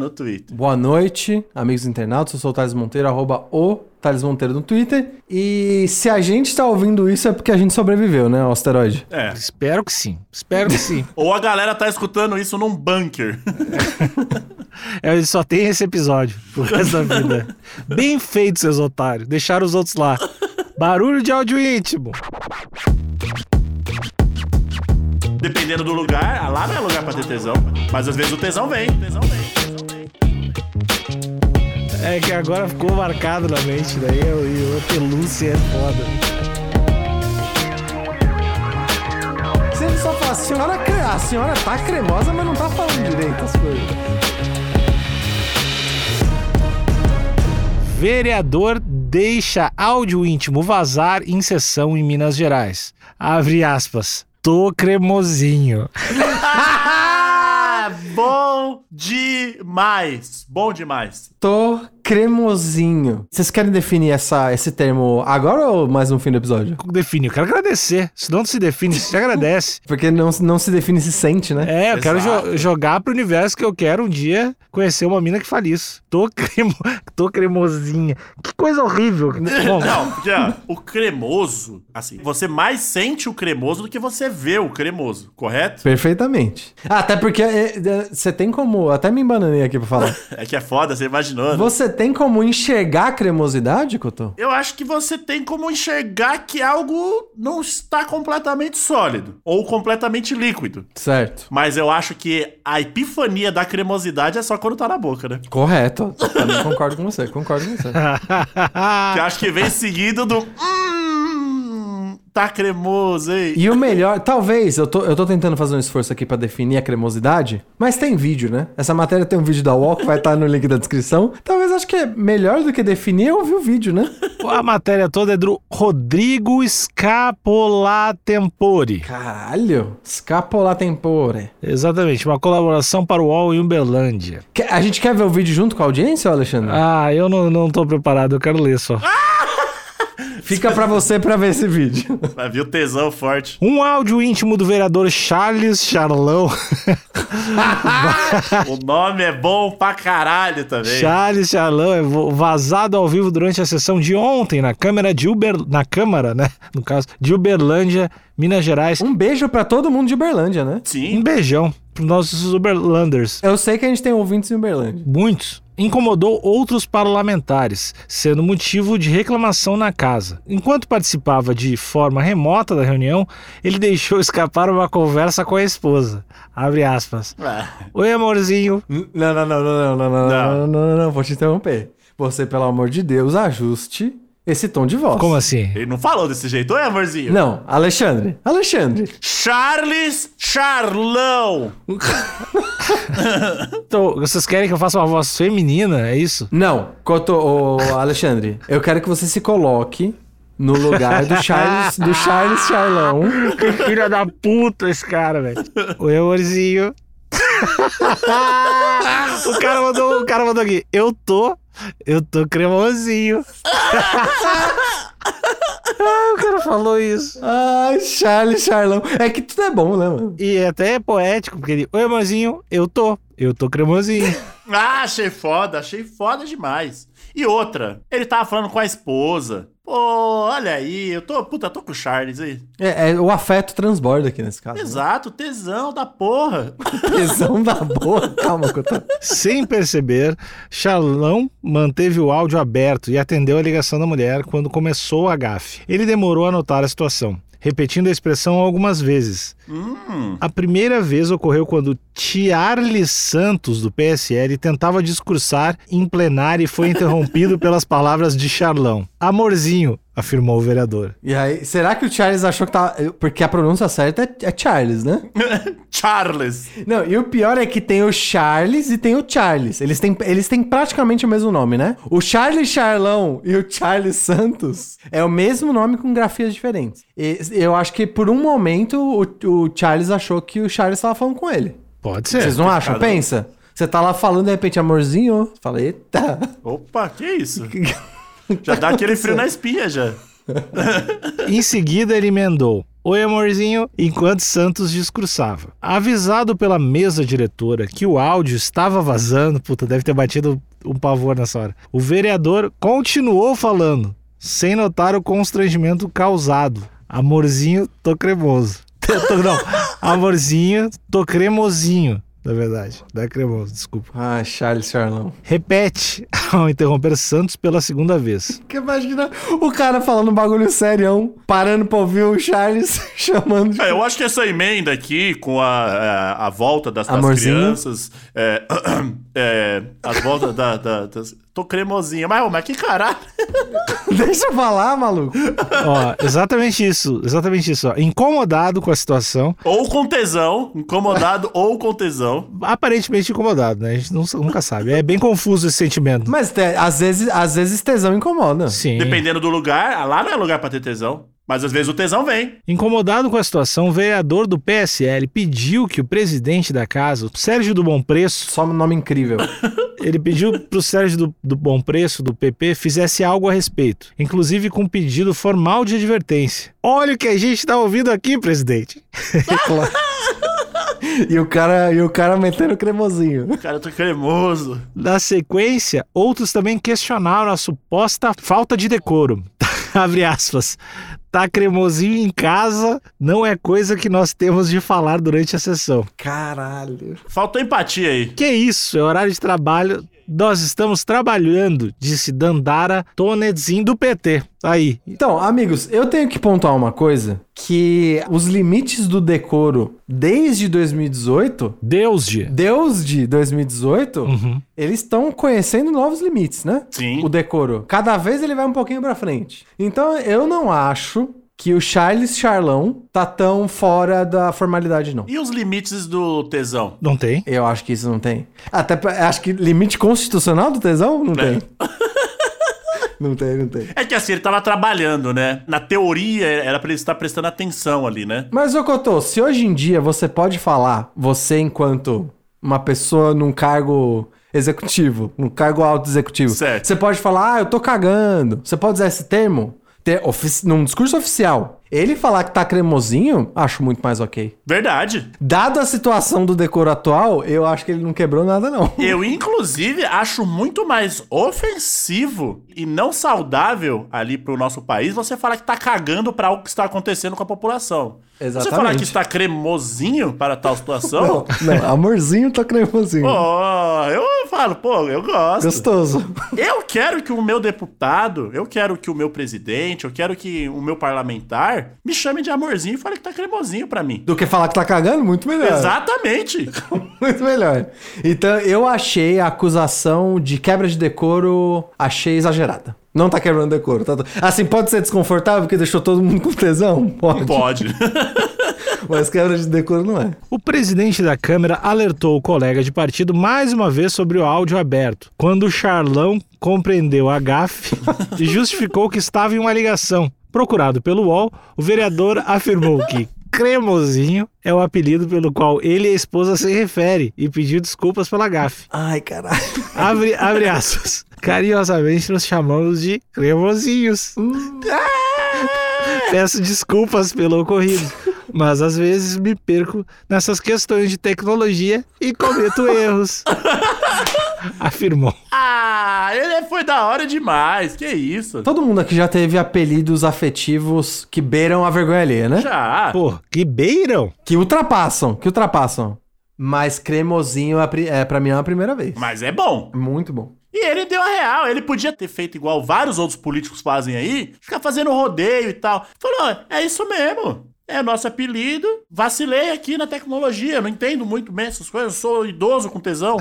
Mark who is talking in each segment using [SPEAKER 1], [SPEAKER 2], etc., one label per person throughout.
[SPEAKER 1] no Twitter.
[SPEAKER 2] Boa noite, amigos internautas. Eu sou o Thales Monteiro, arroba o Thales Monteiro no Twitter. E se a gente tá ouvindo isso é porque a gente sobreviveu, né, ao asteroide?
[SPEAKER 1] É.
[SPEAKER 3] Espero que sim, espero que sim.
[SPEAKER 1] Ou a galera tá escutando isso num bunker.
[SPEAKER 3] Ele É, só tem esse episódio pro resto da vida. Bem feito, seus otários. Deixaram os outros lá. Barulho de áudio íntimo.
[SPEAKER 1] Dependendo do lugar, ah, lá não é lugar pra ter tesão. Mas às vezes o tesão vem.
[SPEAKER 3] É que agora ficou marcado na mente, daí eu e a pelúcia é foda.
[SPEAKER 2] Se ele só fala, senhora, cre- a senhora tá cremosa, mas não tá falando direito as coisas.
[SPEAKER 3] Vereador deixa áudio íntimo vazar em sessão em Minas Gerais. Abre aspas. Tô cremosinho.
[SPEAKER 1] Ah, bom demais. Bom demais.
[SPEAKER 2] Tô cremosinho. Vocês querem definir essa, esse termo agora ou mais no fim do episódio?
[SPEAKER 3] Define, eu quero agradecer. Se não se define, se agradece.
[SPEAKER 2] Porque não, não se define, se sente, né?
[SPEAKER 3] É, eu quero
[SPEAKER 1] Exato.
[SPEAKER 3] jo- jogar pro universo que eu quero um dia conhecer uma mina que fala isso. Tô, cremo... Tô cremosinha. Que coisa horrível. Bom,
[SPEAKER 1] Não, porque ó, o cremoso, assim, você mais sente o cremoso do que você vê o cremoso, correto?
[SPEAKER 2] Perfeitamente. Ah, Até porque você tem como. Até me embananei aqui pra falar.
[SPEAKER 1] É que é foda, você imaginou, né?
[SPEAKER 2] Você tem como enxergar a cremosidade, Cotô?
[SPEAKER 1] Eu acho que você tem como enxergar que algo não está completamente sólido ou completamente líquido.
[SPEAKER 2] Certo.
[SPEAKER 1] Mas eu acho que a epifania da cremosidade é só quando tá na boca, né?
[SPEAKER 2] Correto. Também concordo com você, concordo com você. Ah.
[SPEAKER 1] Que eu acho que vem seguido do. Hum, tá cremoso, hein?
[SPEAKER 2] E o melhor, talvez, eu tô, eu tô tentando fazer um esforço aqui pra definir a cremosidade, mas tem vídeo, né? Essa matéria tem um vídeo da UOL que vai estar no link da descrição. Talvez acho que é melhor do que definir é ouvir o vídeo, né?
[SPEAKER 3] a matéria toda é do Rodrigo Scapolatempori.
[SPEAKER 2] Caralho! Escapola tempore.
[SPEAKER 3] Exatamente, uma colaboração para o UOL em Uberlândia.
[SPEAKER 2] Que- A gente quer ver o vídeo junto com a audiência, ô Alexandre?
[SPEAKER 3] Ah, eu não, não tô preparado, eu quero ler só.
[SPEAKER 2] Fica pra você pra ver esse vídeo.
[SPEAKER 1] Vai vir o tesão forte.
[SPEAKER 3] Um áudio íntimo do vereador Charles Charlão.
[SPEAKER 1] O nome é bom pra caralho também.
[SPEAKER 3] Charles Charlão é vo- vazado ao vivo durante a sessão de ontem na Câmara de Uber... Na Câmara, né? No caso, de Uberlândia, Minas Gerais.
[SPEAKER 2] Um beijo pra todo mundo de Uberlândia, né?
[SPEAKER 1] Sim.
[SPEAKER 3] Um beijão pros nossos Uberlanders.
[SPEAKER 2] Eu sei que a gente tem ouvintes em Uberlândia.
[SPEAKER 3] Muitos. Incomodou outros parlamentares, sendo motivo de reclamação na casa. Enquanto participava de forma remota da reunião, ele deixou escapar uma conversa com a esposa. Abre aspas.
[SPEAKER 1] Ah,
[SPEAKER 3] Oi, amorzinho.
[SPEAKER 2] Não, não, não, não, não, não, não, não, não, não, não, vou te interromper. Você, pelo amor de Deus, ajuste esse tom de voz.
[SPEAKER 3] Como assim?
[SPEAKER 1] Ele não falou desse jeito, é, amorzinho?
[SPEAKER 2] Não, Alexandre. Alexandre.
[SPEAKER 1] Charles Charlão.
[SPEAKER 3] Então, vocês querem que eu faça uma voz feminina? É isso?
[SPEAKER 2] Não, quanto ô, Alexandre, eu quero que você se coloque no lugar do Charles, do Charles Charlão.
[SPEAKER 3] Que filha da puta esse cara, velho. Oi, amorzinho. o, cara mandou, o cara mandou aqui. Eu tô. Eu tô cremosinho. ah, o cara falou isso.
[SPEAKER 2] Ai, Charles Charlão. É que tudo é bom, né, mano?
[SPEAKER 3] E até é poético, porque ele. Oi, amorzinho. Eu tô. Eu tô cremosinho.
[SPEAKER 1] Ah, achei foda, achei foda demais. E outra, ele tava falando com a esposa. Pô, olha aí, eu tô. Puta, tô com o Charles aí.
[SPEAKER 2] É, é, o afeto transborda aqui nesse caso. né?
[SPEAKER 1] Exato, tesão da porra.
[SPEAKER 2] Tesão da boa. Calma, Cotô.
[SPEAKER 3] Sem perceber, Charlão manteve o áudio aberto e atendeu a ligação da mulher quando começou a gafe. Ele demorou a notar a situação, repetindo a expressão algumas vezes.
[SPEAKER 1] Hum.
[SPEAKER 3] A primeira vez ocorreu quando Tiarles Santos, do PSL, tentava discursar em plenário e foi interrompido pelas palavras de Charlão. Amorzinho, afirmou o vereador.
[SPEAKER 2] E aí, será que o Charles achou que tá. Porque a pronúncia certa é, é Charles, né?
[SPEAKER 1] Charles.
[SPEAKER 2] Não, e o pior é que tem o Charles e tem o Charles. Eles têm, eles têm praticamente o mesmo nome, né? O Charles Charlão e o Charles Santos é o mesmo nome com grafias diferentes. E eu acho que por um momento o, o Charles achou que o Charles tava falando com ele.
[SPEAKER 3] Pode
[SPEAKER 2] Vocês
[SPEAKER 3] ser.
[SPEAKER 2] não acham?
[SPEAKER 1] cara.
[SPEAKER 2] Pensa. Você tá lá falando, de repente, amorzinho. Você fala, eita.
[SPEAKER 1] Opa, que isso? Já dá aquele frio na espinha já.
[SPEAKER 3] Em seguida, ele emendou. Oi, amorzinho, enquanto Santos discursava. Avisado pela mesa diretora que o áudio estava vazando, puta, deve ter batido um pavor nessa hora. O vereador continuou falando, sem notar o constrangimento causado. Amorzinho, tô cremoso. Tô- não, amorzinho, tô cremosinho. Na verdade, não é cremoso, desculpa.
[SPEAKER 2] Ah, Charles Charlão.
[SPEAKER 3] Repete ao interromper Santos pela segunda vez.
[SPEAKER 2] Que imagina o cara falando um bagulho serião, parando pra ouvir o Charles chamando de.
[SPEAKER 1] É, eu acho que essa emenda aqui, com a, é, a, a volta das, das
[SPEAKER 2] Amorzinho.
[SPEAKER 1] crianças, é, é, as voltas da, da- das... Tô cremosinha. Mas, ô, mas que caralho.
[SPEAKER 2] Deixa eu falar, maluco.
[SPEAKER 3] Ó, exatamente isso, exatamente isso. Ó. Incomodado com a situação,
[SPEAKER 1] Ou com tesão, incomodado ou com tesão.
[SPEAKER 3] aparentemente incomodado, né? A gente não- nunca sabe. É bem confuso esse sentimento.
[SPEAKER 2] Mas te- às, vezes, às vezes tesão incomoda.
[SPEAKER 3] Sim.
[SPEAKER 1] Dependendo do lugar, ah, lá não é lugar pra ter tesão. Mas às vezes o tesão vem.
[SPEAKER 3] Incomodado com a situação, o vereador do PSL pediu que o presidente da casa, o Sérgio do Bom Preço,
[SPEAKER 2] Só um nome incrível.
[SPEAKER 3] ele pediu pro Sérgio do, do Bom Preço, do PP, fizesse algo a respeito. Inclusive com um pedido formal de advertência. Olha o que a gente tá ouvindo aqui, presidente.
[SPEAKER 2] e, o cara, e o cara metendo cremosinho.
[SPEAKER 1] Cara, eu tô cremoso.
[SPEAKER 3] Na sequência, outros também questionaram a suposta falta de decoro. Abre aspas. Tá cremosinho em casa não é coisa que nós temos de falar durante a sessão.
[SPEAKER 2] Caralho.
[SPEAKER 1] Faltou empatia aí.
[SPEAKER 3] Que isso, é horário de trabalho. Nós estamos trabalhando, disse Dandara Tonedzin do PT. Aí.
[SPEAKER 2] Então, amigos, eu tenho que pontuar uma coisa: que os limites do decoro desde 2018,
[SPEAKER 3] Deus de.
[SPEAKER 2] Deus de 2018,
[SPEAKER 3] Uhum.
[SPEAKER 2] eles estão conhecendo novos limites, né?
[SPEAKER 1] Sim.
[SPEAKER 2] o decoro. Cada vez ele vai um pouquinho pra frente. Então eu não acho que o Charles Charlão tá tão fora da formalidade, não.
[SPEAKER 1] E os limites do tesão?
[SPEAKER 3] Não tem?
[SPEAKER 2] Eu acho que isso não tem. Até pra- acho que limite constitucional do tesão não tem. não tem, não tem.
[SPEAKER 1] É que assim, ele tava trabalhando, né? Na teoria, era pra ele estar prestando atenção ali, né?
[SPEAKER 2] Mas, ô Cotô, se hoje em dia você pode falar, você enquanto uma pessoa num cargo executivo, num cargo alto executivo,
[SPEAKER 1] Certo.
[SPEAKER 2] você pode falar, ah, eu tô cagando. Você pode usar esse termo ter, ofici- num discurso oficial. Ele falar que tá cremosinho, acho muito mais ok.
[SPEAKER 1] Verdade.
[SPEAKER 2] Dada a situação do decoro atual, eu acho que ele não quebrou nada, não.
[SPEAKER 1] Eu, inclusive, acho muito mais ofensivo e não saudável ali pro nosso país você falar que tá cagando pra algo que está acontecendo com a população. Você
[SPEAKER 2] Exatamente.
[SPEAKER 1] falar que está cremosinho para tal situação.
[SPEAKER 2] não, amorzinho tá cremosinho.
[SPEAKER 1] Pô, eu falo, pô, eu gosto.
[SPEAKER 2] Gostoso.
[SPEAKER 1] Eu quero que o meu deputado, eu quero que o meu presidente, eu quero que o meu parlamentar me chame de amorzinho e fale que tá cremosinho pra mim.
[SPEAKER 2] Do que falar que tá cagando, muito melhor.
[SPEAKER 1] Exatamente.
[SPEAKER 2] Muito melhor. Então, eu achei a acusação de quebra de decoro, achei exagerada. Não tá quebrando decoro. Tá... Assim, pode ser desconfortável porque deixou todo mundo com tesão? Pode.
[SPEAKER 1] Pode.
[SPEAKER 2] Mas quebra de decoro não é.
[SPEAKER 3] O presidente da Câmara alertou o colega de partido mais uma vez sobre o áudio aberto, quando o charlão compreendeu a gafe e justificou que estava em uma ligação. Procurado pelo UOL, o vereador afirmou que cremosinho é o apelido pelo qual ele e a esposa se refere e pediu desculpas pela gafe.
[SPEAKER 2] Ai, caralho.
[SPEAKER 3] Abre, abre aspas. Carinhosamente nos chamamos de cremosinhos. Peço desculpas pelo ocorrido, mas às vezes me perco nessas questões de tecnologia e cometo erros. Afirmou.
[SPEAKER 1] ah, ele foi da hora demais. Que isso?
[SPEAKER 2] Todo mundo aqui já teve apelidos afetivos que beiram a vergonha alheia, né?
[SPEAKER 1] Já.
[SPEAKER 3] Pô, que beirão.
[SPEAKER 2] Que ultrapassam, que ultrapassam. Mas cremosinho é, a pri- é pra mim é a primeira vez.
[SPEAKER 1] Mas é bom.
[SPEAKER 2] Muito bom.
[SPEAKER 1] E ele deu a real. Ele podia ter feito igual vários outros políticos fazem aí, ficar fazendo rodeio e tal. Falou, é isso mesmo. É nosso apelido. Vacilei aqui na tecnologia. eu Não entendo muito bem essas coisas. eu Sou idoso com tesão.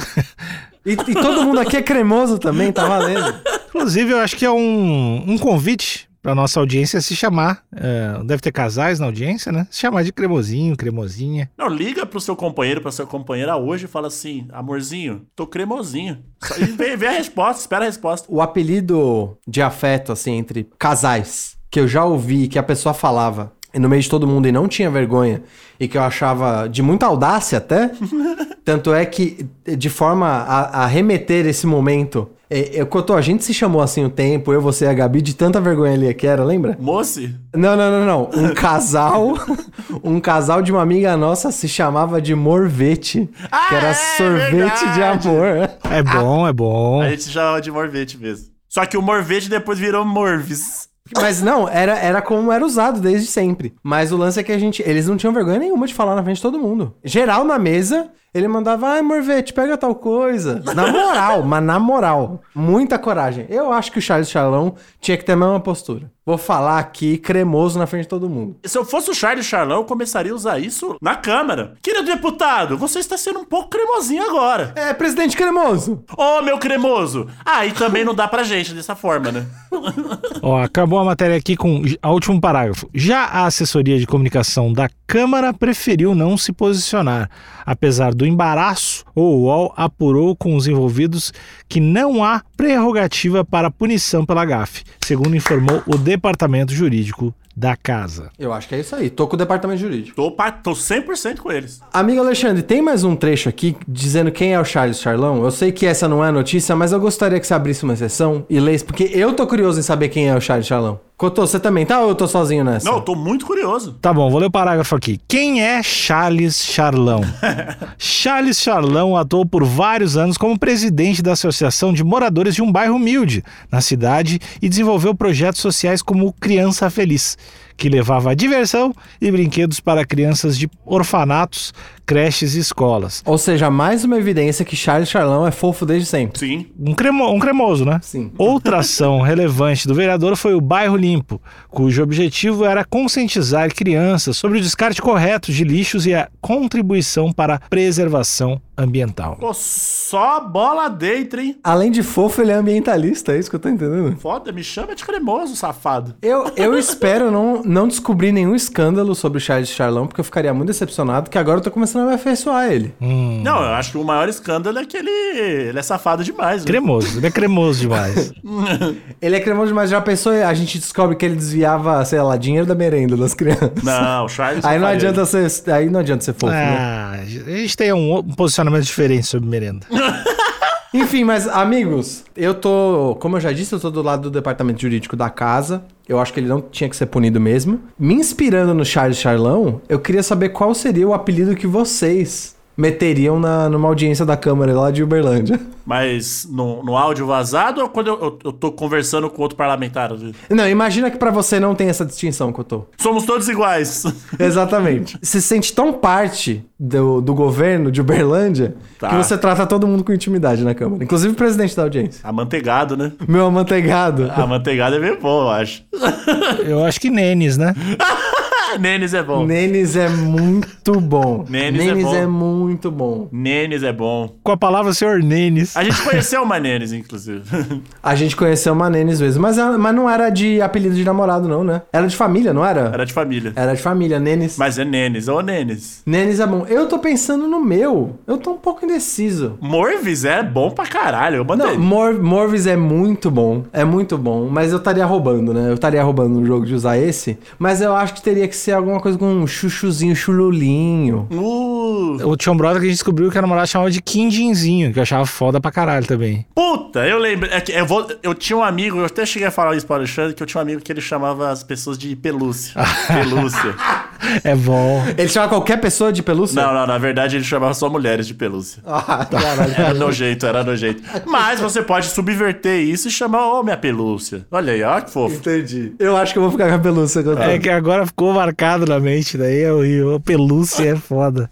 [SPEAKER 2] E, e todo mundo aqui é cremoso também, tá valendo.
[SPEAKER 3] Inclusive, eu acho que é um, um convite para nossa audiência se chamar. é, deve ter casais na audiência, né? Se chamar de cremosinho, cremosinha.
[SPEAKER 1] Não, liga pro seu companheiro, pra sua companheira hoje e fala assim: amorzinho, tô cremosinho. E vê, vê a resposta, espera a resposta.
[SPEAKER 2] O apelido de afeto, assim, entre casais, que eu já ouvi, que a pessoa falava e no meio de todo mundo e não tinha vergonha, e que eu achava de muita audácia até, tanto é que, de forma a, a remeter esse momento, é, é, Cotô, a gente se chamou assim o tempo, eu, você e a Gabi, de tanta vergonha ali que era, lembra?
[SPEAKER 1] Moce,
[SPEAKER 2] Não, não, não, não. Um casal, um casal de uma amiga nossa se chamava de Morvete, que
[SPEAKER 1] Ah,
[SPEAKER 2] era
[SPEAKER 1] é
[SPEAKER 2] sorvete de
[SPEAKER 1] verdade.
[SPEAKER 2] amor.
[SPEAKER 3] É bom, é bom.
[SPEAKER 1] a gente chama de morvete mesmo. Só que o morvete depois virou morves.
[SPEAKER 2] Mas não, era, era como era usado desde sempre. Mas o lance é que a gente. Eles não tinham vergonha nenhuma de falar na frente de todo mundo. Geral na mesa, ele mandava, ai, Morvete, pega tal coisa. Na moral, mas na moral. Muita coragem. Eu acho que o Charles Charlão tinha que ter a mesma postura. Vou falar aqui, cremoso na frente de todo mundo.
[SPEAKER 1] Se eu fosse o Charles Charlão, eu começaria a usar isso na Câmara. Querido deputado, você está sendo um pouco cremosinho agora.
[SPEAKER 2] É, presidente cremoso!
[SPEAKER 1] Ô, meu cremoso! Ah, e também não dá pra gente dessa forma, né?
[SPEAKER 3] Ó, acabou a matéria aqui com j- a último parágrafo. Já a assessoria de comunicação da Câmara preferiu não se posicionar. Apesar do embaraço, o UOL apurou com os envolvidos que não há prerrogativa para punição pela GAF, segundo informou o departamento jurídico da casa.
[SPEAKER 2] Eu acho que é isso aí. Tô com o departamento jurídico.
[SPEAKER 1] Tô, pa- tô 100% com eles.
[SPEAKER 2] Amigo Alexandre, tem mais um trecho aqui dizendo quem é o Charles Charlão? Eu sei que essa não é a notícia, mas eu gostaria que você abrisse uma exceção e lesse, porque eu tô curioso em saber quem é o Charles Charlão. Cotô, você também tá ou eu tô sozinho nessa?
[SPEAKER 1] Não, eu tô muito curioso.
[SPEAKER 3] Tá bom, vou ler o parágrafo aqui. Quem é Charles Charlão? Charles Charlão atuou por vários anos como presidente da Associação de Moradores de um Bairro Humilde na cidade e desenvolveu projetos sociais como o Criança Feliz, que levava diversão e brinquedos para crianças de orfanatos, creches e escolas.
[SPEAKER 2] Ou seja, mais uma evidência que Charles Charlão é fofo desde sempre.
[SPEAKER 1] Sim.
[SPEAKER 3] Um, cremo, um cremoso, né?
[SPEAKER 2] Sim.
[SPEAKER 3] Outra ação relevante do vereador foi o Bairro Limpo, cujo objetivo era conscientizar crianças sobre o descarte correto de lixos e a contribuição para a preservação ambiental.
[SPEAKER 1] Pô, só bola dentro, hein?
[SPEAKER 2] Além de fofo, ele é ambientalista, é isso que eu tô entendendo?
[SPEAKER 1] Foda, me chama de cremoso, safado.
[SPEAKER 2] Eu, eu espero não, não descobrir nenhum escândalo sobre o Charles Charlão, porque eu ficaria muito decepcionado, que agora eu tô começando a me afeiçoar a ele.
[SPEAKER 3] Hum,
[SPEAKER 1] Não, eu acho que o maior escândalo é que ele, ele é safado demais, né?
[SPEAKER 3] cremoso, ele é cremoso demais.
[SPEAKER 2] Ele é cremoso demais, já pensou? A gente descobre que ele desviava, sei lá, dinheiro da merenda das crianças.
[SPEAKER 1] Não, o Charles. é
[SPEAKER 2] Aí não,
[SPEAKER 1] faria.
[SPEAKER 2] adianta ser, aí não adianta ser fofo, né?
[SPEAKER 3] ah, a gente tem um, outro- um posicionamento diferente sobre merenda.
[SPEAKER 2] Enfim, mas amigos, eu tô, como eu já disse, eu tô do lado do departamento jurídico da casa. Eu acho que ele não tinha que ser punido mesmo. Me inspirando no Charles Charlão, eu queria saber qual seria o apelido que vocês meteriam na, numa audiência da Câmara lá de Uberlândia.
[SPEAKER 1] Mas no, no áudio vazado ou quando eu, eu, eu tô conversando com outro parlamentar?
[SPEAKER 2] Não, imagina que pra você não tem essa distinção que eu tô.
[SPEAKER 1] Somos todos iguais.
[SPEAKER 2] Exatamente. Se sente tão parte do, do governo de Uberlândia
[SPEAKER 1] Tá.
[SPEAKER 2] que você trata todo mundo com intimidade na Câmara, inclusive o presidente da audiência.
[SPEAKER 1] Amanteigado, né?
[SPEAKER 2] Meu amanteigado.
[SPEAKER 1] Amanteigado é bem bom, eu acho.
[SPEAKER 3] Eu acho que nenes, né?
[SPEAKER 1] Ah, Nenes é bom.
[SPEAKER 2] Nenes é muito bom.
[SPEAKER 1] Nenes é bom.
[SPEAKER 2] muito bom.
[SPEAKER 1] Nenes é bom.
[SPEAKER 3] Com a palavra senhor nenes.
[SPEAKER 1] A gente conheceu uma Nenes, inclusive.
[SPEAKER 2] A gente conheceu uma Nenes mesmo, mas, ela- mas não era de apelido de namorado, não, né? Era de família, não era?
[SPEAKER 1] Era de família.
[SPEAKER 2] Era de família, Nenes.
[SPEAKER 1] Mas é Nenes, ô Nenes.
[SPEAKER 2] Nenes é bom. Eu tô pensando no meu. Eu tô um pouco indeciso.
[SPEAKER 1] Morvis é bom pra caralho. Eu mandei.
[SPEAKER 2] Não, Mor Morvis é muito bom. É muito bom. Mas eu estaria roubando, né? Eu estaria roubando no jogo de usar esse. Mas eu acho que teria que ser alguma coisa com um chuchuzinho, chululinho.
[SPEAKER 1] Uh,
[SPEAKER 3] O Tio Brother que a gente descobriu que a namorada chamava de Quindinzinho, que eu achava foda pra caralho também.
[SPEAKER 1] puta, eu lembro. É que eu, vou, eu tinha um amigo, eu até cheguei a falar isso para o Alexandre, que eu tinha um amigo que ele chamava as pessoas de pelúcia. pelúcia.
[SPEAKER 3] É bom.
[SPEAKER 2] Ele chama qualquer pessoa de pelúcia?
[SPEAKER 1] Não, não, na verdade ele chamava só mulheres de pelúcia.
[SPEAKER 2] Ah, caralho.
[SPEAKER 1] Era nojento, era nojento. Mas você pode subverter isso e chamar, ô, minha pelúcia. Olha aí, ó, que fofo.
[SPEAKER 2] Entendi. Eu acho que eu vou ficar com a pelúcia quando
[SPEAKER 3] É que agora ficou marcado na mente, daí é horrível. Pelúcia é foda.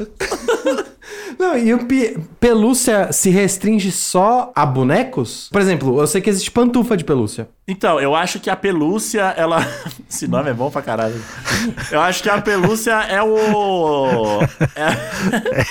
[SPEAKER 2] Não, e o pi- pelúcia se restringe só a bonecos? Por exemplo, eu sei que existe pantufa de pelúcia.
[SPEAKER 1] Então, eu acho que a pelúcia, ela. Esse nome é bom pra caralho. Eu acho que a pelúcia é o.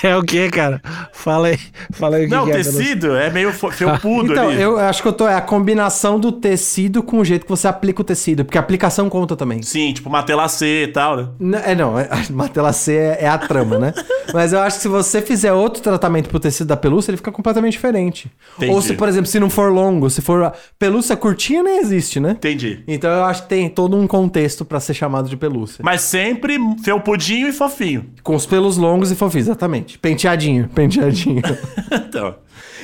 [SPEAKER 1] é-
[SPEAKER 3] É o que, cara? Fala aí, fala aí o que,
[SPEAKER 1] Não,
[SPEAKER 3] que é.
[SPEAKER 1] tecido, é meio fo- felpudo
[SPEAKER 2] Então,
[SPEAKER 1] ali.
[SPEAKER 2] eu acho que eu tô. É a combinação do tecido com o jeito que você aplica o tecido, porque a aplicação conta também.
[SPEAKER 1] Sim, tipo matelacê e tal, né?
[SPEAKER 2] N- É, não, é, matela C é, é a trama, né? Mas eu acho que se você fizer outro tratamento pro tecido da pelúcia, ele fica completamente diferente.
[SPEAKER 1] Entendi.
[SPEAKER 2] Ou se, por exemplo, se não for longo, se for. a- Pelúcia curtinha nem existe, né?
[SPEAKER 1] Entendi.
[SPEAKER 2] Então eu acho que tem todo um contexto pra ser chamado de pelúcia.
[SPEAKER 1] Mas sempre felpudinho e fofinho.
[SPEAKER 2] Com os pelos longos e fofinhos, exatamente. Penteadinho, penteadinho.
[SPEAKER 1] Então.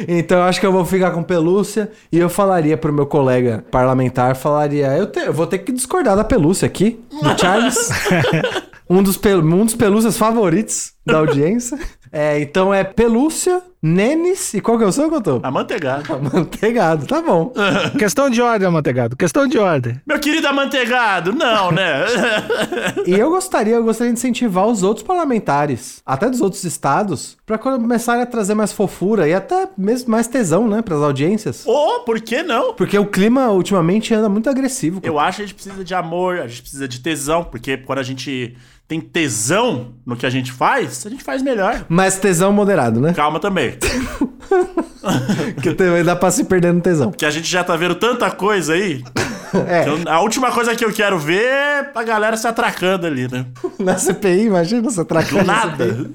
[SPEAKER 2] então eu acho que eu vou ficar com pelúcia e eu falaria pro meu colega parlamentar, falaria, eu, te- eu vou ter que discordar da pelúcia aqui, do Charles. um, dos pel, um dos pelúcias favoritos da audiência. É, então é pelúcia, nenes e qual que é o seu, Cotô? Ah,
[SPEAKER 1] Amanteigado.
[SPEAKER 2] Manteigado, tá bom.
[SPEAKER 3] Questão de ordem, amantegado. Questão de ordem.
[SPEAKER 1] Meu querido amanteigado, não, né?
[SPEAKER 2] E eu gostaria, eu gostaria de incentivar os outros parlamentares, até dos outros estados, pra começarem a trazer mais fofura e até mesmo mais tesão, né, pras audiências.
[SPEAKER 1] Ou, por que não?
[SPEAKER 2] Porque o clima ultimamente anda muito agressivo.
[SPEAKER 1] Eu acho que a gente precisa de amor, a gente precisa de tesão, porque quando a gente tem tesão no que a gente faz, a gente faz melhor.
[SPEAKER 2] Mas tesão moderado, né?
[SPEAKER 1] Calma também.
[SPEAKER 2] Porque também dá pra se perder no tesão.
[SPEAKER 1] Que a gente já tá vendo tanta coisa aí.
[SPEAKER 2] É,
[SPEAKER 1] Eu- a última coisa que eu quero ver é a galera se atracando ali, né?
[SPEAKER 2] na CPI, imagina você
[SPEAKER 1] Do
[SPEAKER 2] atracando.
[SPEAKER 1] nada.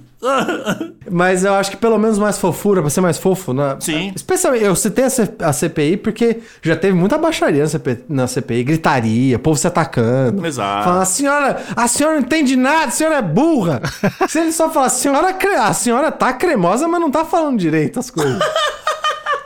[SPEAKER 2] Mas eu acho que pelo menos mais fofura, pra ser mais fofo, né?
[SPEAKER 1] Sim.
[SPEAKER 2] Especialmente, eu citei a, C- a CPI porque já teve muita baixaria na CPI, na CPI, gritaria, povo se atacando.
[SPEAKER 1] Exato.
[SPEAKER 2] Falando, a senhora, a senhora não entende nada, a senhora é burra. Se ele só falar, a senhora, cre- a senhora tá cremosa, mas não tá falando direito as coisas.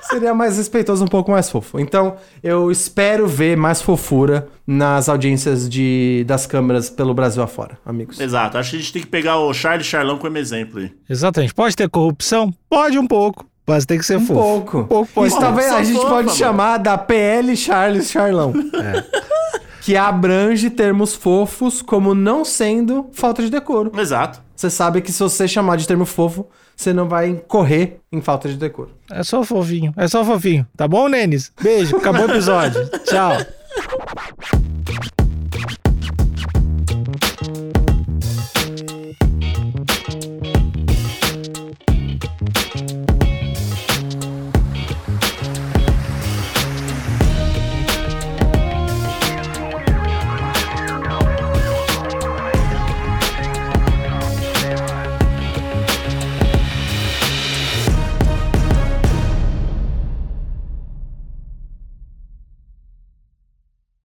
[SPEAKER 2] Seria mais respeitoso, um pouco mais fofo. Então, eu espero ver mais fofura nas audiências de, das câmeras pelo Brasil afora, amigos.
[SPEAKER 1] Exato. Acho que a gente tem que pegar o Charles Charlão como exemplo aí.
[SPEAKER 3] Exatamente. Pode ter corrupção? Pode um pouco, mas tem que ser
[SPEAKER 2] Um
[SPEAKER 3] fofo.
[SPEAKER 2] pouco.
[SPEAKER 3] Um pouco pode
[SPEAKER 2] Isso
[SPEAKER 3] ter.
[SPEAKER 2] talvez a
[SPEAKER 1] Só
[SPEAKER 2] gente
[SPEAKER 1] fofa,
[SPEAKER 2] pode
[SPEAKER 1] mano.
[SPEAKER 2] chamar da PL Charles Charlão.
[SPEAKER 3] É.
[SPEAKER 2] Que abrange termos fofos como não sendo falta de decoro.
[SPEAKER 1] Exato.
[SPEAKER 2] Você sabe que se você chamar de termo fofo, você não vai correr em falta de decoro.
[SPEAKER 3] É só fofinho, é só fofinho. Tá bom, Nenis? Beijo, acabou o episódio. Tchau.